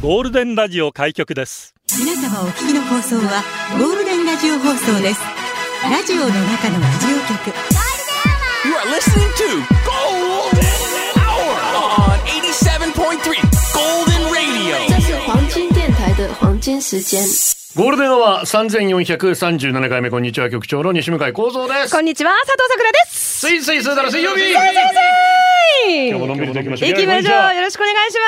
ゴールデンラジオ開局です皆様お聞きの放送はゴールデンラジオ放送ですラジオの中のラジオ局 You are listening to Golden Hour on 87.3 Golden Radio. 这是黄金电台的黄金时间。ゴールデンは三千四百三十七回目こんにちは局長の西向井光三です。こんにちは、佐藤さくらです。スイスイスーだら水曜日。い今日ものんびりと行きましょう。行きましょう。よろしくお願いし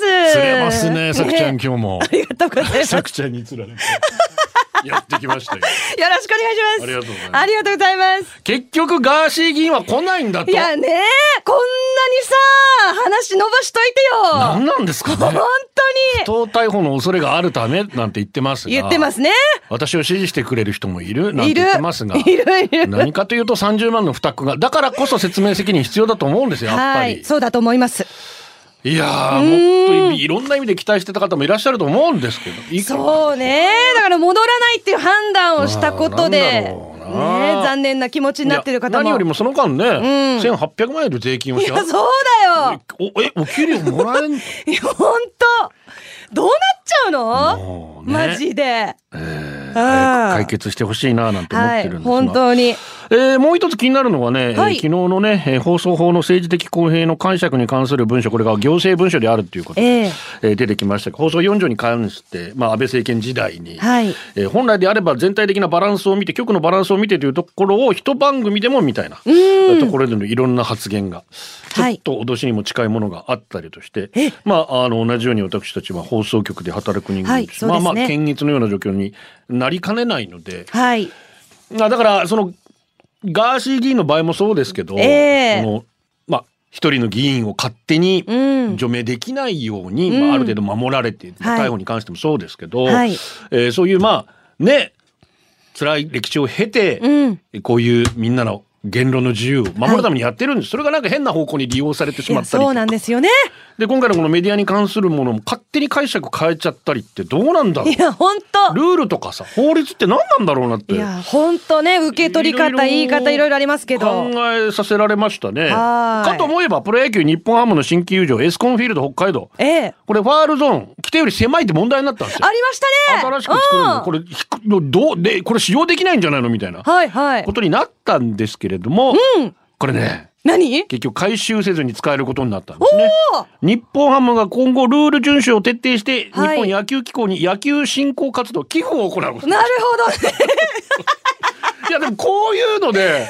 ます。すれますね、さくちゃん今日も。ありがとうご ざいます。さよくちゃんにつられて。やってきましたよ。ろしくお願いしまあす。りがとうございますありがとうございます。結局ガーシー議員は来ないんだと。いやね、こんなにさ、話伸ばしといてなんよ。なんですか本ね。党当に。逮捕の恐れがあるためなんて言ってますが。言ってますね。私を支持してくれる人もいるなんいてる。言ってますが。いるいる。何かというと30万の負託がだからこそ説明責任必要だと思うんですよやっぱはりい、そうだと思います。いやーもっといいろんな意味で期待してた方もいらっしゃると思うんですけどいいかそうね。だから戻らないっていう判断をしたことで、あーなんだねろうな、残念な気持ちになってるいや方も。何よりもその間ね、ん1800万円の税金をいしや、はそうだよ。おえお給料もらえん いや本当どうなっちゃうものうねマジで、早く解決してほしいななんて思っはてるいんですが、本当にえーもう一つ気になるのはね、えーはい昨日のね、えー放送法の政治的公平の解釈に関する文書これが行政文書であるということで、えええー出てきましたが放送4条に関して、まあ、安倍政権時代に、はいえー本来であれば全体的なバランスを見て局のバランスを見てというところを一番組でもみたいなところでのいろんな発言がちょはっいと脅しにも近いものがあったりとして、まあ、あの同じように私たちは放送局で働く人間ですし、はいそうですねまあまあ検閲のような状況になりかねないので、はいまあだからそのガーシー議員の場合もそうですけど、ええそのまあ一人の議員を勝手にうん除名できないように、うんまあ、ある程度守られて、まあはい逮捕に関してもそうですけど、はいえーそういうまあね辛い歴史を経て、うんこういうみんなの言論の自由を守るためにやってるんです、それがなんか変な方向に利用されてしいまやったりそうなんですよねで今回のこのメディアに関するものも勝手に解釈変えちゃったりってどうなんだろいうや本当ルールとかさ法律って何なんだろうなっていや本当ね受け取りい方ろいろ言い方いろいろありますけど考えさせられましたねはーいかと思えばプロ野球日本ハムの新球場エスコンフィールド北海道ええこれファールゾーン規定より狭いって問題になったんですよありましたね新しく作るうのんこれひくどうでこれ使用できないんじゃないのみたいなはいはいことになったんですけれども、うんこれね何結局回収せずに使えることになったんですねおー日本ハムが今後ルール遵守を徹底して日はい本野球機構に野球振興活動寄付を行うことなるほどねいやでもこういうので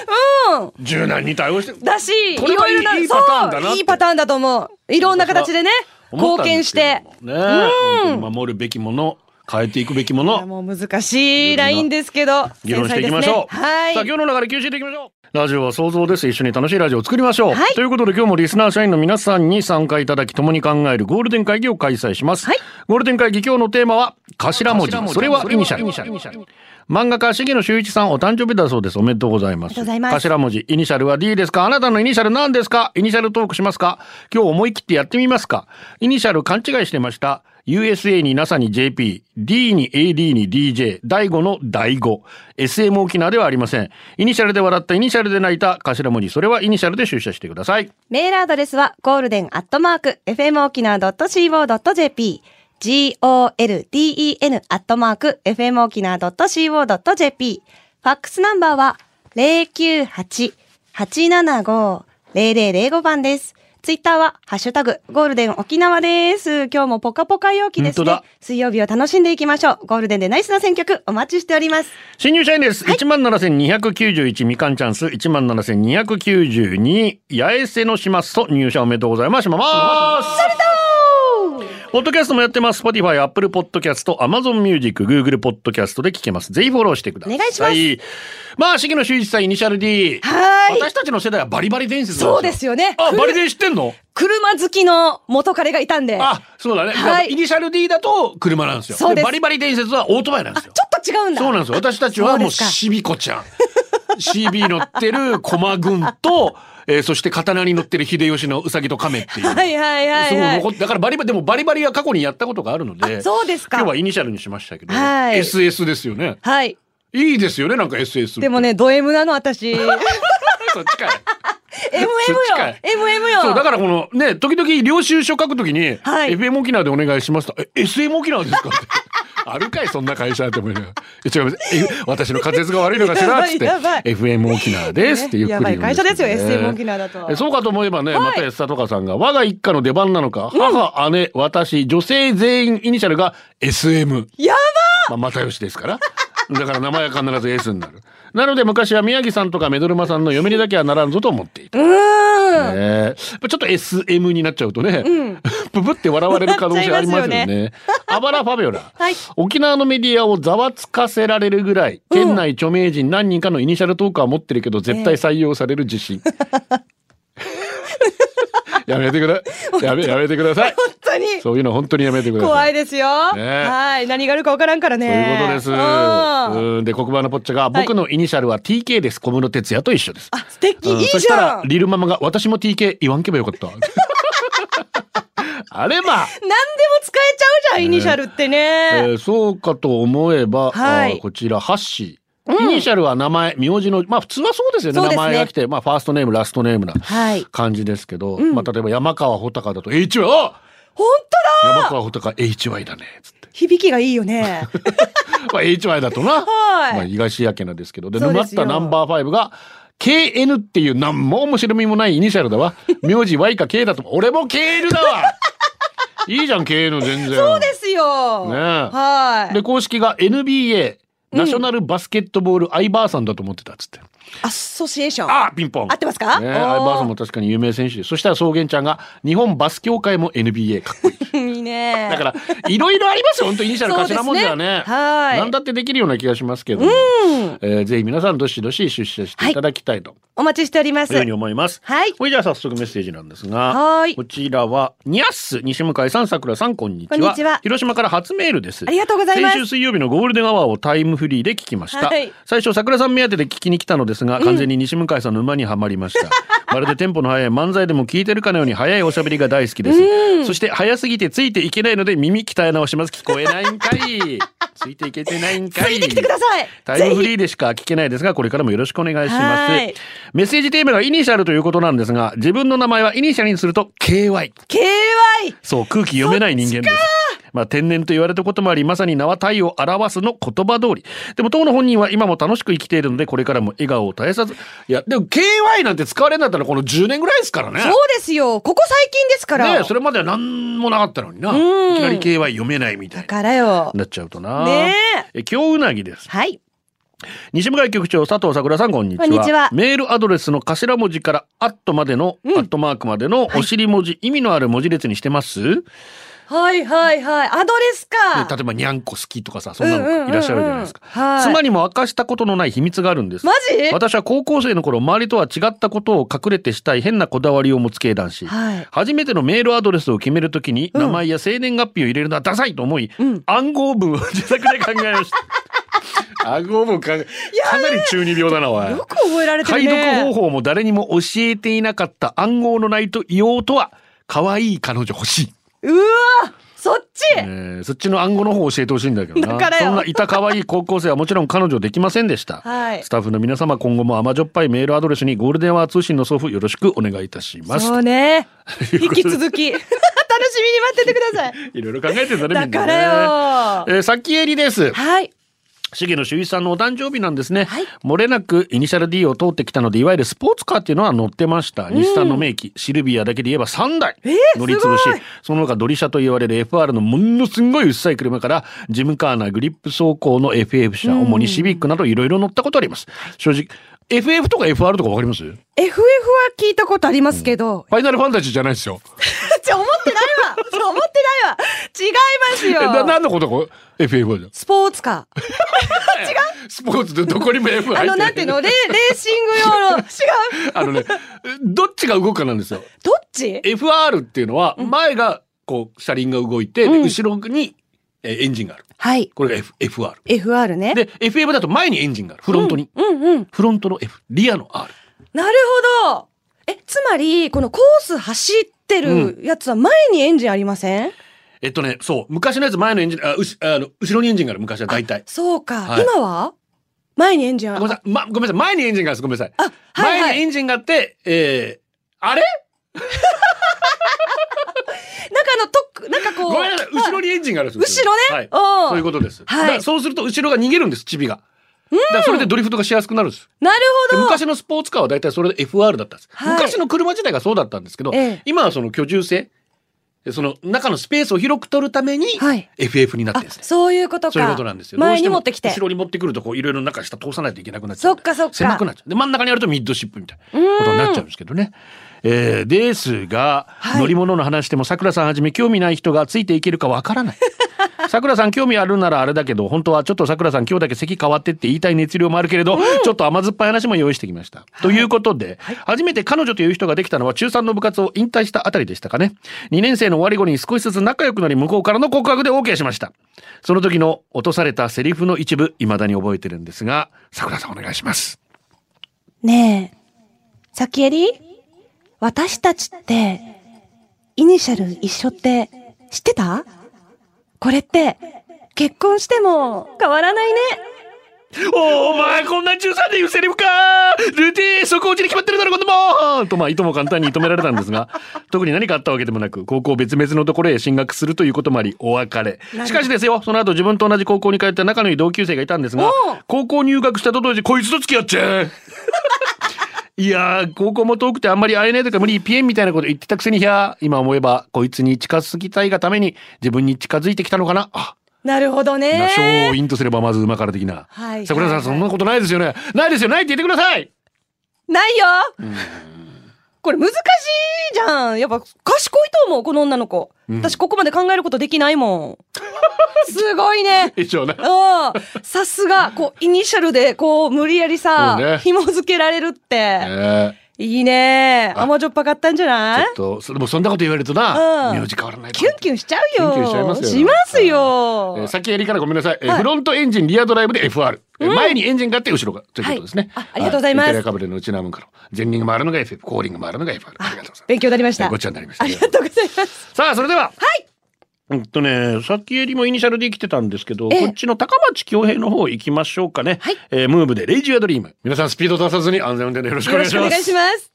うん柔軟に対応してだしいこれはろいろないいいいいそうパターンだなっていいパターンだと思ういろんな形でね思った貢んで献すしけてどもね、本当に守るべきもの変えていくべきもいやのもう難しいラインですけど議論していきましょう、繊細ですねはいさあ今日の流れ吸収していきましょうラジオは想像です一緒に楽しいラジオを作りましょう、はいということで今日もリスナー社員の皆さんに参加いただき共に考えるゴールデン会議を開催します、はいゴールデン会議今日のテーマは頭文字それはイニシャル漫画家重野修一さんお誕生日だそうですおめでとうございますありがとうございます頭文字イニシャルは D ですかあなたのイニシャル何ですかイニシャルトークしますか今日思い切ってやってみますかイニシャル勘違いしてました USA に NASA に JP、D に AD に DJ、第5の第5、SM 沖縄ではありません。イニシャルで笑った、イニシャルで泣いた、頭文字、それはイニシャルで出社してください。メールアドレスはゴールデンアットマーク fmokina.co.jp golden アットマーク fmokina.co.jp ファックスナンバーは098-875-0005番です。ツイッターは、ハッシュタグ、ゴールデン沖縄です。今日もポカポカ陽気です本当ねだ。水曜日を楽しんでいきましょう。ゴールデンでナイスな選曲、お待ちしております。新入社員です。17,291みかんチャンス、17,292八重瀬のしますと入社おめでとうございます。します。ポッドキャストもやってます。Spotify、Apple Podcast、Amazon Music、Google Podcast で聞けます。ぜひフォローしてください。。お願いしますまあ、重野修一さん、イニシャル D。はーい私たちの世代はバリバリ伝説なんそうですよね。あ、くるバリ伝知ってんの車好きの元彼がいたんで。あ、そうだね。はいイニシャル D だと車なんですよ。そうですバリバリ伝説はオートバイなんであすちょよ。っと違うんだ。そうなんですよ。私たちはもうそうですかシビコちゃん。CB 乗ってる駒軍と、えーそして刀に乗ってる秀吉のうさぎと亀っていう。はいはいはいはい。そうだからバリバリでもバリバリは過去にやったことがあるのであそうですか今日はイニシャルにしましたけど、はい SS ですよねはい。いいですよねなんか SS ってでもね、ド M なの私。 そっちかい MM よそっちかい MM よそうだからこのね時々領収書書くときに、はい FM 沖縄でお願いしますとえ SM 沖縄です かってあるかいそんな会社って思いながらえ違います F- 私の滑舌が悪いのかしらっつっやばいやばいて FM 沖縄ですってゆっくりやばい会社ですよ言うん SM 沖縄だとえそうかと思えばね、はいまた安田とかさんが我が一家の出番なのか、母姉私女性全員イニシャルが SM やばまあ、又吉ですから。だから名前は必ず S になる。なので昔は宮城さんとかメドルマさんの嫁にだけはならんぞと思っていた。うーん、ねえやっぱちょっと SM になっちゃうとね、うんププって笑われる可能性ありますよなっちゃいね。あばらファビオラ。はい沖縄のメディアをざわつかせられるぐらい、県内著名人何人かのイニシャルトークは持ってるけど、絶対採用される自 信。やめてくだ、やめ、やめてください。本当にそういうの本当にやめてください。怖いですよ、ねはい何があるかわからんからねそういうことです。うんうん、で黒板のポッチャが、僕のイニシャルは TK です小室哲也と一緒です。あ素敵、うんいいそしじたゃらんリルママが私も TK 言わんけばよかっ た。あれまあ、何でも使えちゃうじゃん、イニシャルってね、えーそうかと思えば、はいあーこちらハッシー。イニシャルは名前、名字の、まあ普通はそうですよね。そうです名ね前が来て、まあファーストネーム、ラストネームなはい感じですけど、まあ例えば山川穂高だと HY、あ本当だ山川穂高 HY だね、つって。響きがいい よねまあ HY だとな。 はいまあ東明菜ですけど。で、そう沼でっすよたナンバーファイブが、KN っていう何も面白みもないイニシャルだ わ。名字 Y か K だと思う。俺も KN だわいいじゃん、KN 全然。そうですよねえはいで、公式が NBA、ナショナルバスケットボールアイバーさんだと思ってたっつって。アソシエーションああ、ピンポン。合ってますかねえおーアイバーさんも確かに有名選手で。そしたら草原ちゃんが、日本バス協会も NBA かっこいい。いいねだ から、いろいろありますよ。本当イニシャル頭文字はね。そうですねはいなんだってできるような気がしますけども。うんえー、ぜひ皆さんどしどし出社していただきたいとお待ちしておりますいうふうに思います。はいそれじゃあ早速メッセージなんですが、はいこちらはニャッス西向井さん桜さんこんにちは。こんにちは広島から初メールです。ありがとうございます先週水曜日のゴールデンアワーをタイムフリーで聞きました。はい最初桜さん目当てで聞きに来たのですが、完全に西向井さんの馬にはまりま した。まるでテンポの速い漫才でも聞いてるかのように速いおしゃべりが大好きです。そして速すぎてついていけないので耳鍛え直します。聞こえないんかい。ついていけてないんつかい。いてきてくださいタイムフぜリーでしか聞けないですが、これからもよろしくお願いしますはい。メッセージテーマがイニシャルということなんですが、自分の名前はイニシャルにすると KY。ひ KY そう、空気読めない人間です。まあ、天然と言われたこともあり、まさに名は体を表すの言葉通り。でも、当の本人は今も楽しく生きているので、これからも笑顔を絶やさず。いや、でも KY なんて使われるんだったらこの10年ぐらいですからね。そうですよここ最近ですからねそれまでは何もなかったのにな。うんいきなり KY 読めないみたいだな。からよなっちゃうとな。ねえ。京うなぎです。はい西村局長佐藤さくらさんこんにちはこんにちはメールアドレスの頭文字からアットまでの、うんアットマークまでのお尻文字、意味のある文字列にしてますではいはいはいアドレスか例えばにゃんこ好きとかさそんなうんうんうんうのんいらっしゃるじゃないですか、はい妻にも明かしたことのない秘密があるんですマジ私は高校生の頃周りとは違ったことを隠れてしたい変なこだわりを持つ系男子、はい初めてのメールアドレスを決めるときにん名前や生年月日を入れるのはダサいと思い、ん暗号文を自作で考えま した暗号文かかなり中二病だなおいよく覚えられてる解ね読方法も誰にも教えていなかった暗号のないと言おうとは可愛い彼女欲しい、うわそっち、えーそっちの暗号の方を教えてほしいんだけどなだからよそんないた可愛い高校生はもちろん彼女できませんでした、はいスタッフの皆様今後も甘じょっぱいメールアドレスにゴールデンワー通信の送付よろしくお願いいたしますそうね引き 続き楽しみに待っててくださいいろいろ考えてんだねみだんかなねらよえー、さきえりです。はい重野修一さんのお誕生日なんですね、はい漏れなくイニシャル D を通ってきたのでいわゆるスポーツカーっていうのは乗ってました、日産の名機シルビアだけで言えば3台、ー乗り潰しその他ドリシャと言われる FR のものすんごいうっさい車からジムカーナグリップ走行の FF 車、主にシビックなどいろいろ乗ったことあります正直 FF とか FR とかわかります FF は聞いたことありますけど、ファイナルファンタジーじゃないですよ。ちょ思ってないわちょ思ってないわ違いえますよな、何のことこ ?FF じゃん。スポーツカースポーツでどこにも F 入ってあのなんていうのレレーシング 用の違うあのね、どっちが動くかなんですよ。どっち FR っていうのは前がこう車輪が動いて、でうん後ろにえーエンジンがあるはいこれが、F、FR FR ねで FF だと前にエンジンがあるフロントに、うんうんフロントの F リアの R なるほどえつまりこのコース走ってるやつは前にエンジンありません、えっとねそう昔のやつ前のエンジンあうしあの後ろにエンジンがある昔は大体そうか、はい今は前にエンジンごめんなさい、ま、ごめんなさい、前にエンジンがあるんです。ごめんなさい。はいはい前にエンジンがあって、えー、あれなんかあの、とっく、なんかこう。ごめんなさい、後ろに。にエンジンがあるんですよ。後ろねはうんい。そういうことです。はいだからそうすると、後ろが逃げるんです、チビが。だからそれでドリフトがしやすくなるんです。なるでほど。昔のスポーツカーは大体それで FR だったんです、はい昔の車自体がそうだったんですけど、ええ今はその居住性その中のスペースを広く取るためにはい FF になってあるんですね、そういうことか。そういうことなんですよどう前しにても持ってきて。後ろに持ってくるとこういろいろ中下通さないといけなくなっちゃうそっかそっか狭くなっちゃうで真ん中にあるとミッドシップみたいなことになっちゃうんですけどねえーですが、はい乗り物の話でもさくらさんはじめ興味ない人がついていけるかわからないさくらさん興味あるならあれだけど本当はちょっとさくらさん今日だけ席変わってって言いたい熱量もあるけれど、ちょっと甘酸っぱい話も用意してきました、ということで、初めて彼女という人ができたのは中3の部活を引退したあたりでしたかね2年生の終わり後に少しずつ仲良くなり向こうからの告白で OK しましたその時の落とされたセリフの一部未だに覚えてるんですがさくらさんお願いしますねえ、先襟私たちって、イニシャル一緒って知ってたこれって、結婚しても変わらないね。おお前こんな中3で言うセリフかルティそこ落ちに決まってるだろこんなもんとまあいとも簡単に止められたんですが 特に何かあったわけでもなく高校別々のところへ進学するということもありお別れほどしかしですよその後自分と同じ高校に通った仲のいい同級生がいたんですがおう高校入学したと同時こいつと付き合っちゃう いやー高校も遠くてあんまり会えないとか無理ピエンみたいなこと言ってたくせにひゃー今思えばこいつに近づきたいがために自分に近づいてきたのかなあなるほどナショね。をインとすればまず馬から的な。はいはい桜田さん、そんなことないですよね。ないですよ、ないって言ってください。ないよこれ難しいじゃん。やっぱ賢いと思う、この女の子。私ここまで考えることできないもん。 すごいね。一応ね。うん。さすが、こう、イニシャルで、こう、無理やりさ、そうね紐付けられるって。えいいね。あ甘じょっぱかったんじゃーないちょっと、そでもそんなこと言われるとな、うん名字変わらないとキュンキュンしちゃうよ。キュンキュンしちゃいますよしますよえー先やりからごめんなさい、えーはいフロントエンジンリアドライブで FR、えー前にエンジンがあって後ろがということですね、はいあありがとうございますはイタリアカブレの内ナムから前輪が回るのが FF 後輪が回るのが FR ありがとうござい勉強になりましますた。ごちゃになりましたありがとうございます。さあそれでははいうんとね、さっきよりもイニシャルで生きてたんですけど、ええこっちの高松恭平の方行きましょうかね。はいえームーブでレイジーアドリーム。皆さんスピード出さずに安全運転でよろしくお願よろいししくおます。願いします。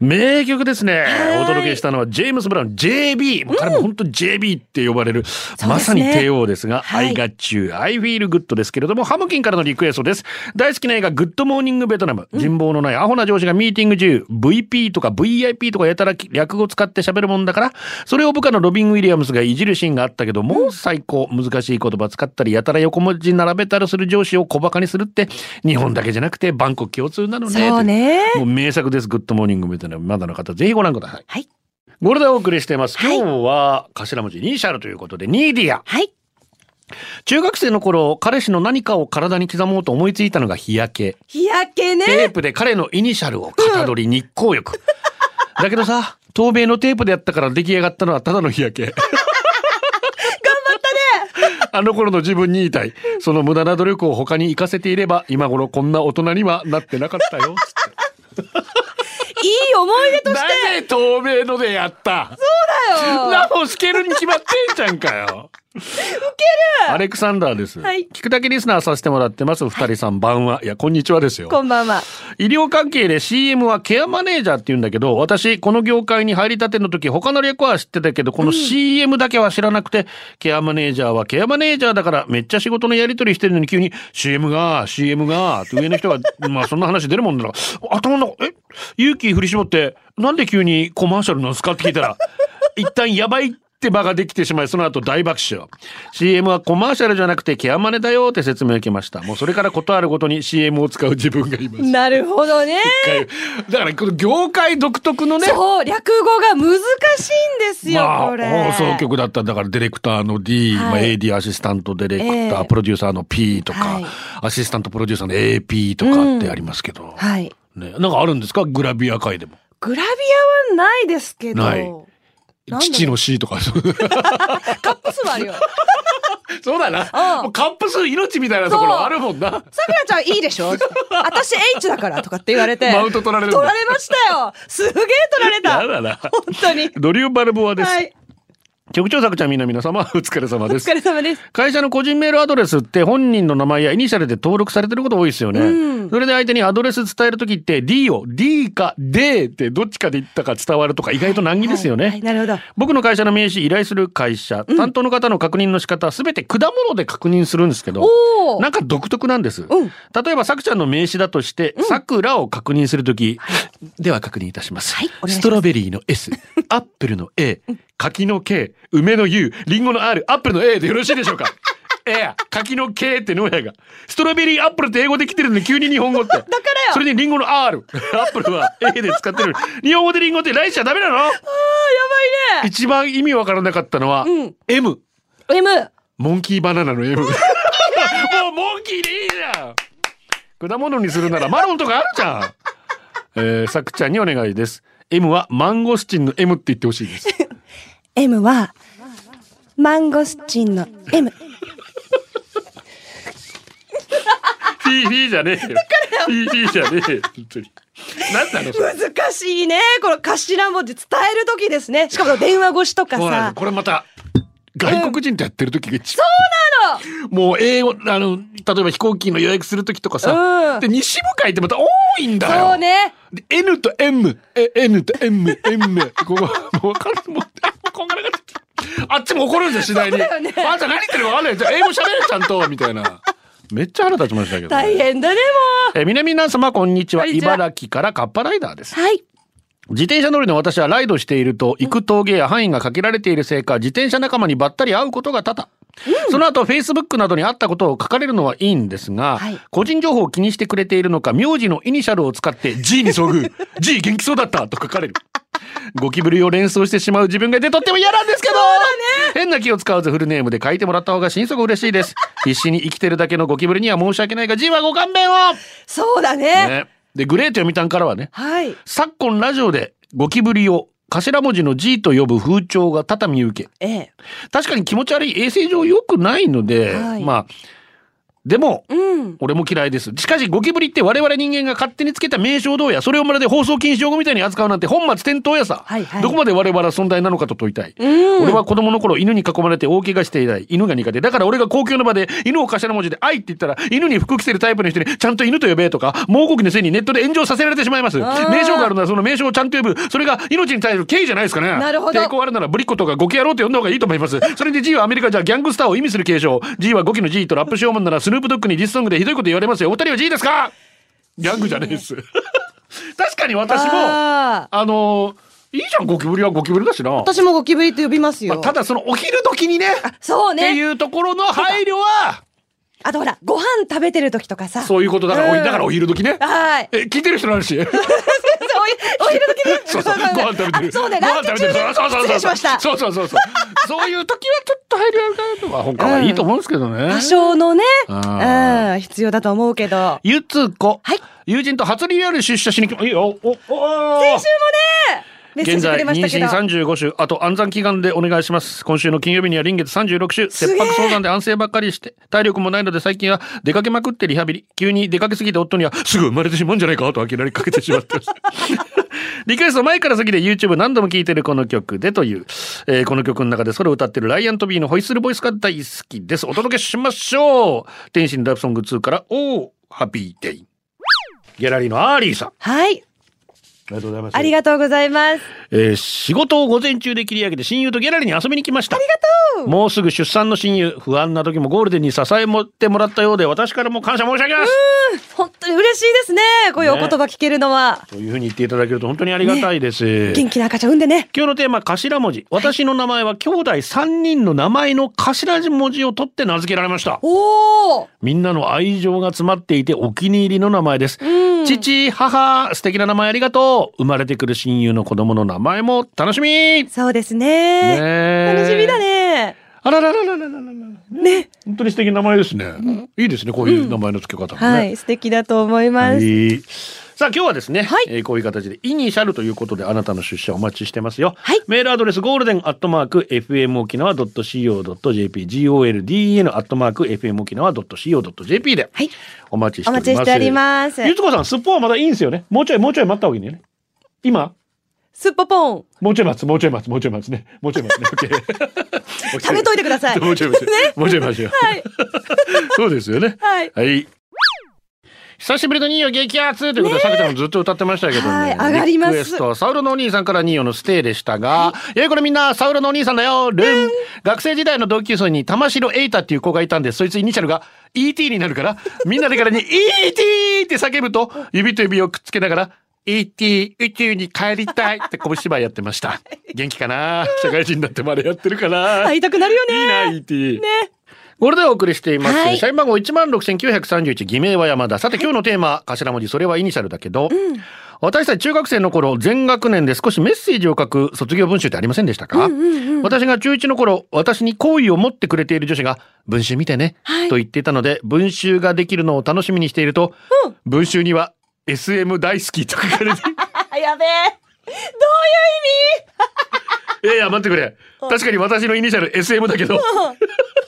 名曲ですねはい。お届けしたのはジェームス・ブラウン、JB。もう彼も本当 JB って呼ばれる、まさに帝王ですが、はい I got you, I feel good ですけれども、ハムキンからのリクエストです。大好きな映画、グッドモーニングベトナム。人望のないアホな上司がミーティング中、VP とか VIP とかやたら略語使って喋るもんだから、それを部下のロビン・ウィリアムスがいじるシーンがあったけど、もう最高、難しい言葉使ったり、やたら横文字並べたりする上司を小馬鹿にするって、日本だけじゃなくて、バンコク共通なのね。そうねもう名作です。グッドモーニングみたいなまだの方、ぜひご覧ください。はい。ゴールデンお送りしています。は今い日は頭文字イニシャルということで、ニーディア。はい。中学生の頃、彼氏の何かを体に刻もうと思いついたのが日焼け。日焼けテーね。プで彼のイニシャルをかたどり日光浴。だけどさ、透明のテープでやったから出来上がったのはただの日焼け。頑張ったねあの頃の自分に言いたい。その無駄な努力を他に活かせていれば、今頃こんな大人にはなってなかったよ。つっていい思い出としなぜ透明のでやったたよ。ラモスケるに決まってんじゃんか よウケるアレクサンダーです、はい聞くだけリスナーさせてもらってます二人さん晩はいやこんにちはですよこんばんは。医療関係で CM はケアマネージャーって言うんだけど私この業界に入りたての時他の略は知ってたけどこの CM だけは知らなくて、ケアマネージャーはケアマネージャーだからめっちゃ仕事のやり取りしてるのに急に CM が CM がって上の人が まあそんな話出るもんだな頭の中え勇気振り絞ってなんで急にコマーシャルなんですかって聞いたら一旦やばいって場ができてしまいその後大爆笑 CM はコマーシャルじゃなくてケアマネだよって説明を受けましたもうそれからことあるごとに CM を使う自分がいますなるほどね。一回 だからこの業界独特のねそう、略語が難しいんですよ、まあこれ。放送局だったらだからディレクターの D、はいまあ、AD アシスタントディレクター、ええプロデューサーの P とか、はいアシスタントプロデューサーの AP とかってありますけど、はい。ね、なんかあるんですかグラビア界でもグラビアはないですけど。ないなんだろう父の C とか カップ数はあるよ。そうだうなんもうカップ数命みたいなところあるもんなさくらちゃんいいでしょ私 H だからとかって言われて。 マウント取られるんだ取られましたよ。すげえ取られた。やだな本当に。ドリュー・バルボアです、はい。局長さくちゃんみんな皆様、お疲れ様おです疲。れ様です。会社の個人メールアドレスって本人の名前やイニシャルで登録されてること多いですよね。うんそれで相手にアドレス伝えるときって D を D か D ってどっちかで言ったか伝わるとか意外と難儀ですよね。はい、なるほど。僕の会社の名刺依頼する会社、担当の方の確認の仕方すべて果物で確認するんですけど、おお。なんか独特なんです。うん例えば、さくちゃんの名刺だとして、さくらを確認するとき、では確認いたします。はいお願いしますストロベリーの S、アップルの A、柿の K、梅の U、リンゴの R、アップルの A でよろしいでしょうか えや、柿の K ってのやが。ストロベリーアップルって英語で来てるのに急に日本語 って。だからよそれにリンゴの R、アップルは A で使ってるのに。日本語でリンゴって来しちゃダメなのああ、や一番意味わからなかったのは、ん M。ばいね。M。モンキーバナナの M。もうモンキーでいいじゃん果物にするならマロンとかあるじゃん。えー、さくちゃんにお願いです。M はマンゴスチンの M って言ってほしいです。 M は、マンゴスチンの M。フィーフィーじゃねえよ。フィーフィーじゃねえよ。本当に。なんなのそれ。難しいね。この頭文字伝えるときですね。しかも電話越しとかほらさ。これまた外国人とやってる時が一番、そうなのもう英語あの例えば飛行機の予約する時とかさ、うんで西部海ってまた多いんだよそうね。で N と M、え N と M、M。ここ、もうわかる、もう、あこんがらがってきたあっちも怒るんですよ、次第に。そうだよねあんた何言ってるかわかんない。じゃあ英語喋れ、ちゃんと、みたいな。めっちゃ腹立ちましたけど、ね。大。変だね、もえー、南皆様、こんにちは。こんにちは茨城からカッパライダーです。う。はい。自転車乗りの私はライドしていると行く峠や範囲が限られているせいか自転車仲間にばったり会うことが多々、その後 Facebook などにあったことを書かれるのはいいんですが、はい個人情報を気にしてくれているのか名字のイニシャルを使って G に遭 遇 G 元気そうだったと書かれるゴキブリを連想してしまう自分がいてとっても嫌なんですけど変な気を使わずフルネームで書いてもらった方が心底嬉しい です必死に生きてるだけのゴキブリには申し訳ないが G はご勘弁を、そうだね。ね、でグレート読谷からはねはい。昨今ラジオでゴキブリを頭文字の G と呼ぶ風潮が畳受けええ。確かに気持ち悪い衛生上良くないので、はいまあでもうん。俺も嫌いですしかしゴキブリって我々人間が勝手につけた名称どうやそれをまるで放送禁止用語みたいに扱うなんて本末転倒やさ、はいはいどこまで我々は存在なのかと問いたい、うん。俺は子供の頃犬に囲まれて大怪我して以来犬が苦手だから俺が公共の場で犬を頭文字で「愛」って言ったら犬に服着せるタイプの人にちゃんと犬と呼べとか猛虎記のせいにネットで炎上させられてしまいますー名称があるならその名称をちゃんと呼ぶそれが命に対する敬意じゃないですかねなるほど抵抗あるならブリッコとかゴキ野郎と呼んだ方がいいと思いますそれで G はアメリカじゃギャングスターを意味する継承 G はゴキの G とラップしようもんならスヌープドッグにリスソングでひどいこと言われますよお二人は G ですかギャングじゃないです確かに私もああーのいいじゃんゴキブリはゴキブリだしな私もゴキブリと呼びますまあよ。ただそのお昼時にねそうっていね。うところの配慮はあとほら、ご飯食べてる時とかさ。そういうことだから、おいうんだからお昼時ね はい。え聞いてる人の話お昼時ね。そうそうご飯食べてるあそうね。ごラ飯ンチ食べ中てるそうそうそうそう失礼しました。そうそうそうそうそういう時はちょっと配慮あるかなとまあ他はいいと思うんですけどね、多少のね、あうん、必要だと思うけど。ゆつこ、はい友人と初リアル出社しに来いいよおおおメッセー現ジく在れまし妊たけ娠ど。 35週あと安産祈願でお願いします今週の金曜日には臨月36週すげ切え迫早産で安静ばっかりして体力もないので最近は出かけまくってリハビリ急に出かけすぎて夫にはすぐ生まれてしまうんじゃないかと諦めかけてしまってます リクエスト前から先で YouTube 何度も聴いてるこの曲でという、えーこの曲の中でそれを歌ってるライアントビーのホイッスルボイスが大好きですお届けしましょう天心ラブソング2から「おーハッピーデイ」ギャラリーのアーリーさんあはい、りがとうございますありがとうございます。えー仕事を午前中で切り上げて親友とギャラリーに遊びに来ましたありがとうもうすぐ出産の親友不安な時もゴールデンに支えもってもらったようで私からも感謝申し上げます本当に嬉しいですね。こういうお言葉聞けるのは。というふうに言っていただけると本当にありがたいです、元気な赤ちゃん産んでね。今日のテーマ頭文字私の名前は兄弟3人の名前の頭文字を取って名付けられましたおお。みんなの愛情が詰まっていてお気に入りの名前です。うん父、母、素敵な名前ありがとう。生まれてくる親友の子供の名前も楽しみ、そうですね。ね楽しみだね。あらららららららら。ね。本当に素敵な名前ですね。いいですね、こういう名前の付け方もね。はい、素敵だと思いはまい。す。さあ今日はですね、はいえーこういう形でイニシャルということであなたの出社お待ちしてますよ、はいメールアドレスゴールデンアットマーク FM 沖縄 .co.jp golden アットマーク FM 沖縄 .co.jp ではいお待ちしておおります待ちしております。ゆつこさんすっぽんはまだいいんですよねもうちょいもうちょい待った方がいいね今すっぽぽん。もうちょい待つ、もうちょい待つ、もうちょい待つね。もうちょい 待つね。オッケー。食べといてくださ い。もうちょい待 つ。もうちょい待つよ。はい。そうですよね。はい。はい。久しぶりのニーヨ激アツということで、さくちゃんもずっと歌ってましたけども、はい上がりまリすクエストはサウロのお兄さんからニーヨのステイでしたが、い、やこれみんな、サウロのお兄さんだよ、ルン。学生時代の同級生に玉城エイタっていう子がいたんです、そいつイニシャルが ET になる から、みんなでからに ET って叫ぶと、指と指をくっつけながら、ET 宇宙に帰りたいって小芝居やってました。元気かな社会人になってもあれやってるか な会いたくなるよね。いいな、ET。これでお送りしています。はい社員番号16,931、偽名は山田。さて、今日のテーマ、頭文字、それはイニシャルだけど、私たち中学生の頃、全学年で少しメッセージを書く卒業文集ってありませんでしたか、私が中1の頃、私に好意を持ってくれている女子が、文集見てね、はいと言っていたので、文集ができるのを楽しみにしていると、うん文集には、SM 大好きと書 かれて、あ、やべえ。どういいう意味やいや、待ってくれ。確かに私のイニシャル SM だけど、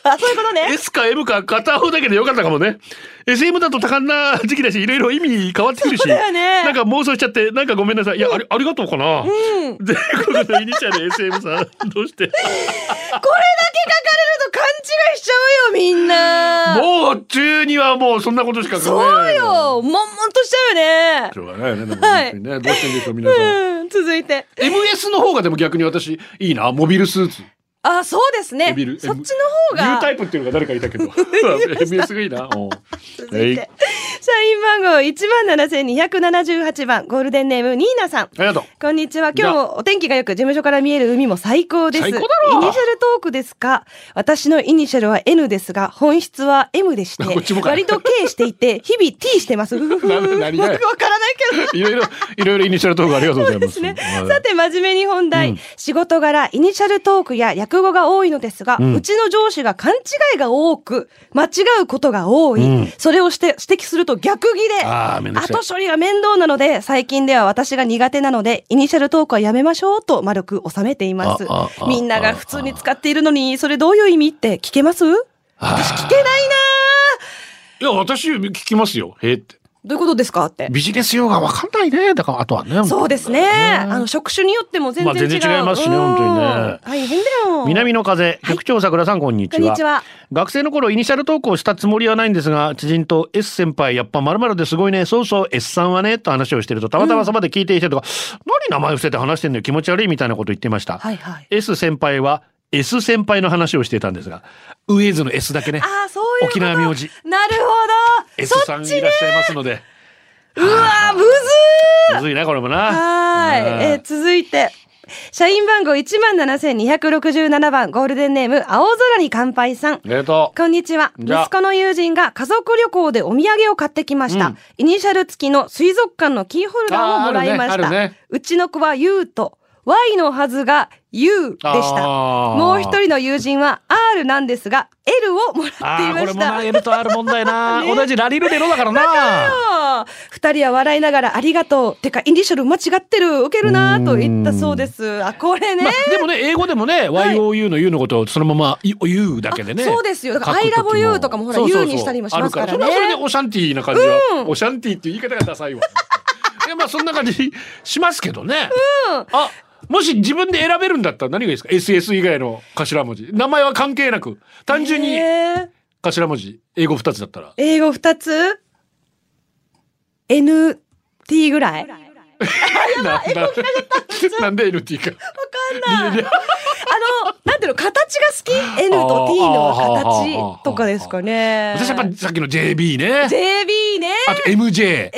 あ、そういうことね。 S か M か片方だけでよかったかもね SM だと多感な時期だしいろいろ意味変わってくるし、そうだよねなんか妄想しちゃってなんかごめんなさいいやありありがとうかな、うん。これだけ書かれ全る国のイニシャル SM さんどうしてと勘違いしちゃうよ、みんな。もう中にはもうそんなことしか考えそなういよ。悶々としちゃうよねし。ょうがないよねでもは本い当にね、どうしてんでしょう皆さんうん。続いて。 MS の方がでも逆に私いいなモビルスーツあ、そうですエねビル。そっちの U 方タが。イプっていうのが誰かいたけど MS がいいなうん続いて。社員番号一万七千二百七十八番、ゴールデンネームニーナさん。ありがとうこんにちは。今日もお天気が良く、事務所から見える海も最高です。最高だろイニシャルトークですか私のイニシャルは N ですが、本質は M でして、こっちもか割と K していて、日々 T してます。ふふふな何がよよくわからないけど。いろいろいろいろイニシャルトークありがとうございますねはいさて、真面目に本題、うん仕事柄、イニシャルトークや訳語が多いのですが、ううんちの上司が勘違いが多く、間違うことが多い。うんそれをして指摘すると逆ギレ。あーめんどくさい後処理が面倒なので、最近では私が苦手なので、イニシャルトークはやめましょうと丸く収めていますあああ。みんなが普通に使っているのに、それどういう意味って聞けます私聞けないなーいや、私聞きますよ。へえって。どういうことですかって。ビジネス用がわかんないね。だから、あとはね。そうですね。あの、職種によっても全然違う。まあ全然違いますしね本当にねうん大変だよ。南の風、局長桜さん、こんにちこは。んにちは。学生の頃、イニシャル投稿したつもりはないんですが、知人と S 先輩、やっぱ〇〇ですごいね。そうそう、S さんはね、と話をしてると、たまたまそばで聞いている人とか、何名前伏せて話してんのよ。気持ち悪いみたいなこと言ってました。はいはい。 S 先輩は、S 先輩の話をしていたんですが、ウエズの S だけね。ああ、そういうこと沖縄名字。なるほど。 S そさんっいちらねっ。しゃいますので。うわー、むずむずいな、これもな。ー。はうんーい。えー続いて。社員番号17,267番、ゴールデンネーム、青空に乾杯さん。ありがとう。こんにちは。じゃあ息子の友人が家族旅行でお土産を買ってきました。うんイニシャル付きの水族館のキーホルダーをもらいまあしーあるた。ねあるねうちの子は U と Y のはずが U でした。あーもう一人の友人は R なんですが L をもらっていああ、まこれしもな、た。 L と R 問題な。 ね同じラリルデロだからな。二人は笑いながらありがとう。てかイニシャル間違ってる。ウケるなと言ったそうです。あ、これね。まあ、でもね、英語でもね、はい YOU の U のことをそのまま U だけでね。あそうですよだから書く時も I love you とかもほらそうそうそう U にしたりもしますからねあるそれはそれでオシャンティーな感じは。うんオシャンティーっていう言い方がダサい わ。いや、まあそんな感じしますけどね。あ、もし自分で選べるんだったら何がいいですか ?SS 以外の頭文字。名前は関係なく。単純にえー頭文字、英語二つだったら。英語二つ ?NT ぐらいなななんで LT か。あの、なんていうの、形が好き ?N と T の形とかですかね。私やっぱさっきの JB ね。 JB ね。あと MJ。 MJ!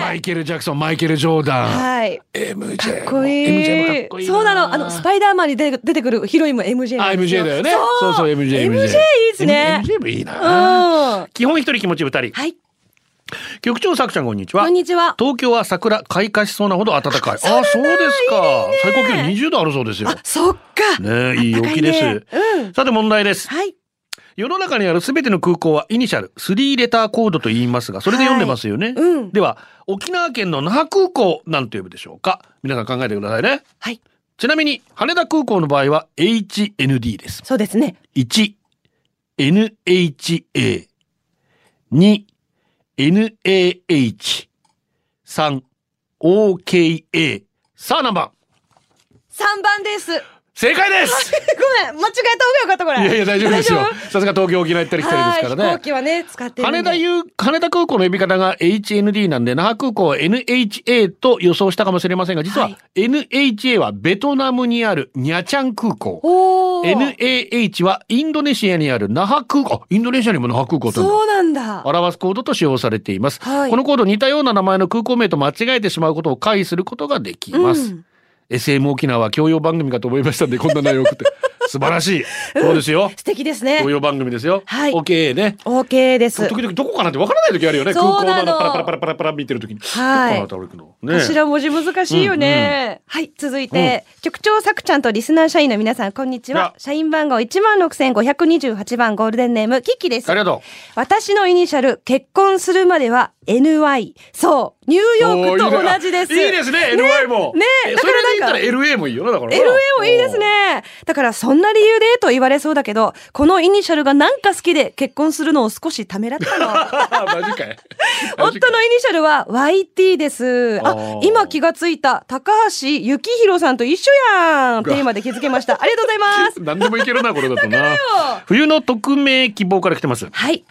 マイケル・ジャクソン、マイケル・ジョーダン。はい。 MJ かっこいい。 MJ もかっこいいなそうなの。あの、スパイダーマンに出て出てくるヒロインも MJ あなんです MJ よ。だよねそそううそう MJ MJ いいですね。 M- MJ もいいうん。なは基本一人気持ち二人い。局長さくちゃんこんにちはこんにちは。東京は桜開花しそうなほど暖かいあそうですか最高気温20度あるそうですよあ、そっか。ねえいい陽気です、高いねうん。さて問題ですはい。世の中にあるすべての空港はイニシャル3レターコードと言いますがそれで読んでますよね、うん。では沖縄県の那覇空港なんて呼ぶでしょうか皆さん考えてくださいねはい。ちなみに羽田空港の場合は HND ですそうですね。 1 NHA 2 NAH 3 OKA さあ何番3番です。 正解ですごめん、間違えた方がよかった、これ。いやいや大丈夫ですよ大丈夫さすが東京沖縄行ったり来たりですかはいら飛行機ねはね、使ってるんで羽田ゆ羽田空港の呼び方が HND なんで那覇空港は NHA と予想したかもしれませんが実ははい NHA はベトナムにあるニャチャン空港おー NAH はインドネシアにある那覇空港あインドネシアにも那覇空港とあるんだそうなんだ。表すコードと使用されています、はいこのコード似たような名前の空港名と間違えてしまうことを回避することができます、うん SM 沖縄は教養番組かと思いましたんでこんな内容を送 って素晴らしいそうですよ素敵ですね教。養番組ですよ、はい OK ね OK です。時々どこかなってわからない時あるよね空そ港うのなあののパラパラパラパラパラ見てる時に、はいどこかなって歩くのね頭文字難しいよね。はい、続いて、局長さくちゃんとリスナー社員の皆さん、こんにちやは。社員番号16,528番ゴールデンネーム、キキです。ありがとう私のイニシャル、結婚するまでは NY。そう、ニューヨークとおーいいね同じです。いいですね LY もねえだそかれらなんで言かったら LA もいいよなだから LA もいいですね。だからそんな理由でと言われそうだけど、このイニシャルがなんか好きで結婚するのを少しためらったの。 マジか い夫のイニシャルは YT です。ああー、今気がついた高橋幸宏さんと一緒やん。テーマで気づけました。ありがとうござい ます。何でもいけるなこれだとな冬の匿名希望から来てますはい、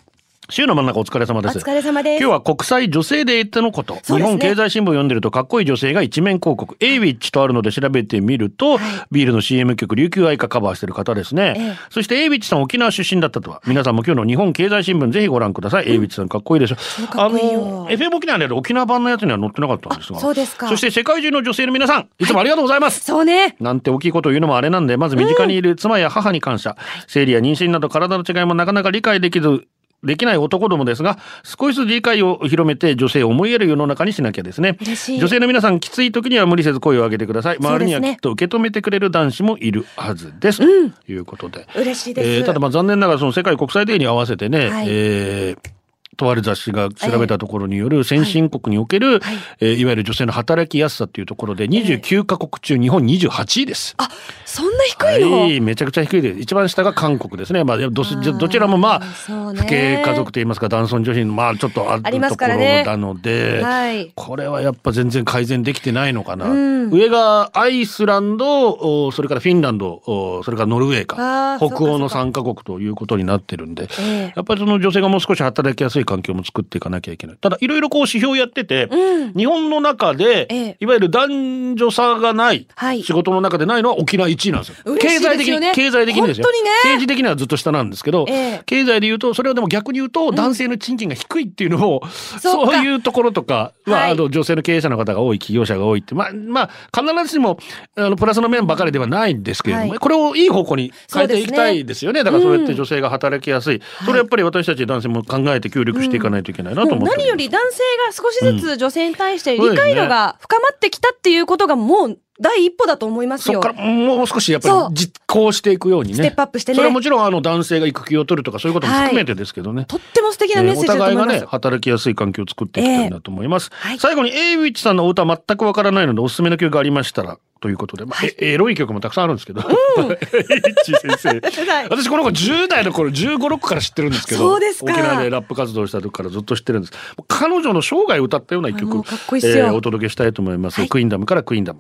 週の真ん中お疲れ様おです疲れ様です。今日は国際女性デーってのこと、そ日うですね本経済新聞を読んでるとかっこいい女性が一面広告エイウィッチとあるので調べてみると、ビールの CM 曲琉球愛歌カバーしてる方ですね、ええそしてエイウィッチさん沖縄出身だったとは皆さんも今日の日本経済新聞ぜひご覧ください、エイウィッチさんかっこいいでしょかっこいいよあの FM 沖縄にある沖縄版のやつには載ってなかったんですがあそうですかそして世界中の女性の皆さんいつもありがとうございます、そうね。なんて大きいことを言うのもあれなんで、まず身近にいる妻や母に感謝。生理や妊娠など体の違いもなかなか理解できず、できない男どもですが、少しずつ理解を広めて女性を思いやる世の中にしなきゃですね。嬉しい。女性の皆さん、きつい時には無理せず声を上げてください。すね周りにはきっと受け止めてくれる男子もいるはずです。ということで。嬉しいです。えーただまあ残念ながらその世界国際デーに合わせてね、はいえーとある雑誌が調べたところによる先進国における、はいえーいわゆる女性の働きやすさというところで29カ国中日本28位です。あ、そんな低いの、はい、めちゃくちゃ低いです。一番下が韓国ですね。まあ、どすあーどちらもまあ、そうね父系家族といいますか、男尊女卑の、まあ、ちょっとあるあとりこまろすからねなので、はいこれはやっぱ全然改善できてないのかな。うん上がアイスランド、おそれからフィンランド、おそれからノルウェーかあ、ーそうか北欧のそう3カ国ということになってるんで、ええやっぱりその女性がもう少し働きやすい環境も作っていかなきゃいけない。ただ、いろいろこう指標やってて、うん。日本の中えでえ、いわゆる男女差がないはい仕事の中でないのは沖縄1位なんですよ。嬉しいですよね経済的に、経済的にですよ。本当にね政治的にはずっと下なんですけど、ええ経済で言うと、それはでも逆に言うと、男性の賃金が低いっていうのを、そそうかういうところとかは、はいあの女性の経営者の方が多い、企業者が多いって、まあ、まあ、必ずしも、あの、プラスの面ばかりではないんですけれども、はいこれをいい方向に変えていきたいですよね。だからそうやって女性が働きやすい。それやっぱり私たち男性も考えて協力していかないといけないなと思っておりまもうす、何より男性が少しずつ女性に対してうん理解度が深まってきたっていうことがもう第一歩だと思いますそよ。こからもう少しやっそぱうり実行していくようにね。ステップアップしてねそれはもちろんあの男性が育休を取るとかそういうことも含めてですけどね。とっても素敵なえメッーセーおジだ互と思いいがます。ね、働きやすい環境を作っていきたいなと思います。はい最後に A ウィッチさんのお歌全くわからないのでおすすめの曲がありましたら、ということで、まあえエロい曲もたくさんあるんですけど、A ウィッチ先生。はい私この子10代の頃15、6から知ってるんですけど、そうですか沖縄でラップ活動した時からずっと知ってるんです。彼女の生涯を歌ったような一あも曲、うかっこいいっすよーお届けしたいと思います。はいクイーンダムからクイーンダム。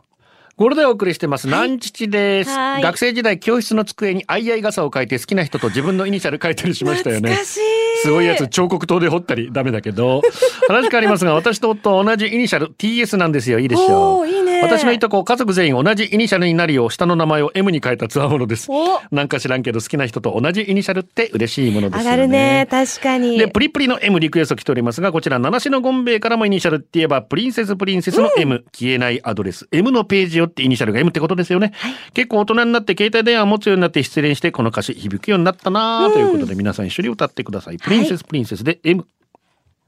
ゴールデンをお送りしてます。南父です。はい学生時代、教室の机にあいあい傘を書いて、好きな人と自分のイニシャル書いたりしましたよね。懐かしいすごいやつ、彫刻刀で彫ったり、ダメだけ ど。話変わりますが、私と夫は同じイニシャル、TS なんですよ。いいでしょおう。ーいいね私のいとこ、家族全員同じイニシャルになるよう、下の名前を M に変えたつわものです。おなんか知らんけど、好きな人と同じイニシャルって嬉しいものですよね。上がるね確かにで、プリプリの M リクエスト来ておりますが、こちら、七種のゴンベイからもイニシャルって言えば、プリンセスプリンセスの M、消えないアドレス。M のページよってイニシャルが M ってことですよね。結構大人になって携帯電話を持つようになって失恋して、この歌詞響くようになったなあということで、皆さん一緒に歌ってください。プリンセスプリンセスで M。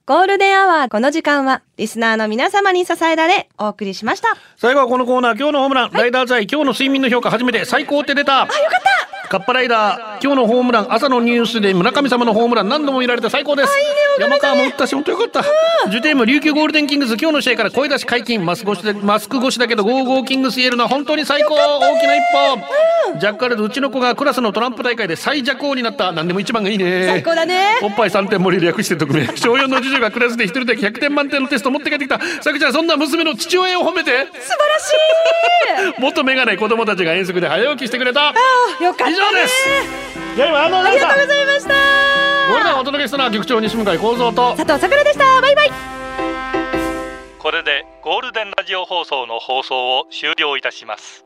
ゴールデンアワーこの時間はリスナーの皆様に支えられお送りしました最後はこのコーナー、今日のホームラン、ライダーズアイ、今日の睡眠の評価初めて最高って出た。あ、よかったカッパライダー、今日のホームラン、朝のニュースで村上様のホームラン何度も見られて最高です。山川も打ったし、本当よかった。ジュテーム、琉球ゴールデンキングス、今日の試合から声出し解禁、マスク越しでマスク越しだけど、ゴーゴーキングス言えるのは本当に最高大きな一歩ジャッカルズ、うちの子がクラスのトランプ大会で最弱王になった。何でも一番がいいね。最高だねおっぱい3点盛り略して特命。小4の次女がクラスで一人だけ100点満点のテスト持って帰ってきた。さくちゃん、そんな娘の父親を褒めて。素 晴らしい元メガネ子供たちが遠足で早起きしてくれた。あよかった以ね上ですゲームアンドあナりイがさとうごんざいましたゴルダンをお届けしたのは局長西向井幸三と佐藤さくらでしたバイバイこれでゴールデンラジオ放送の放送を終了いたします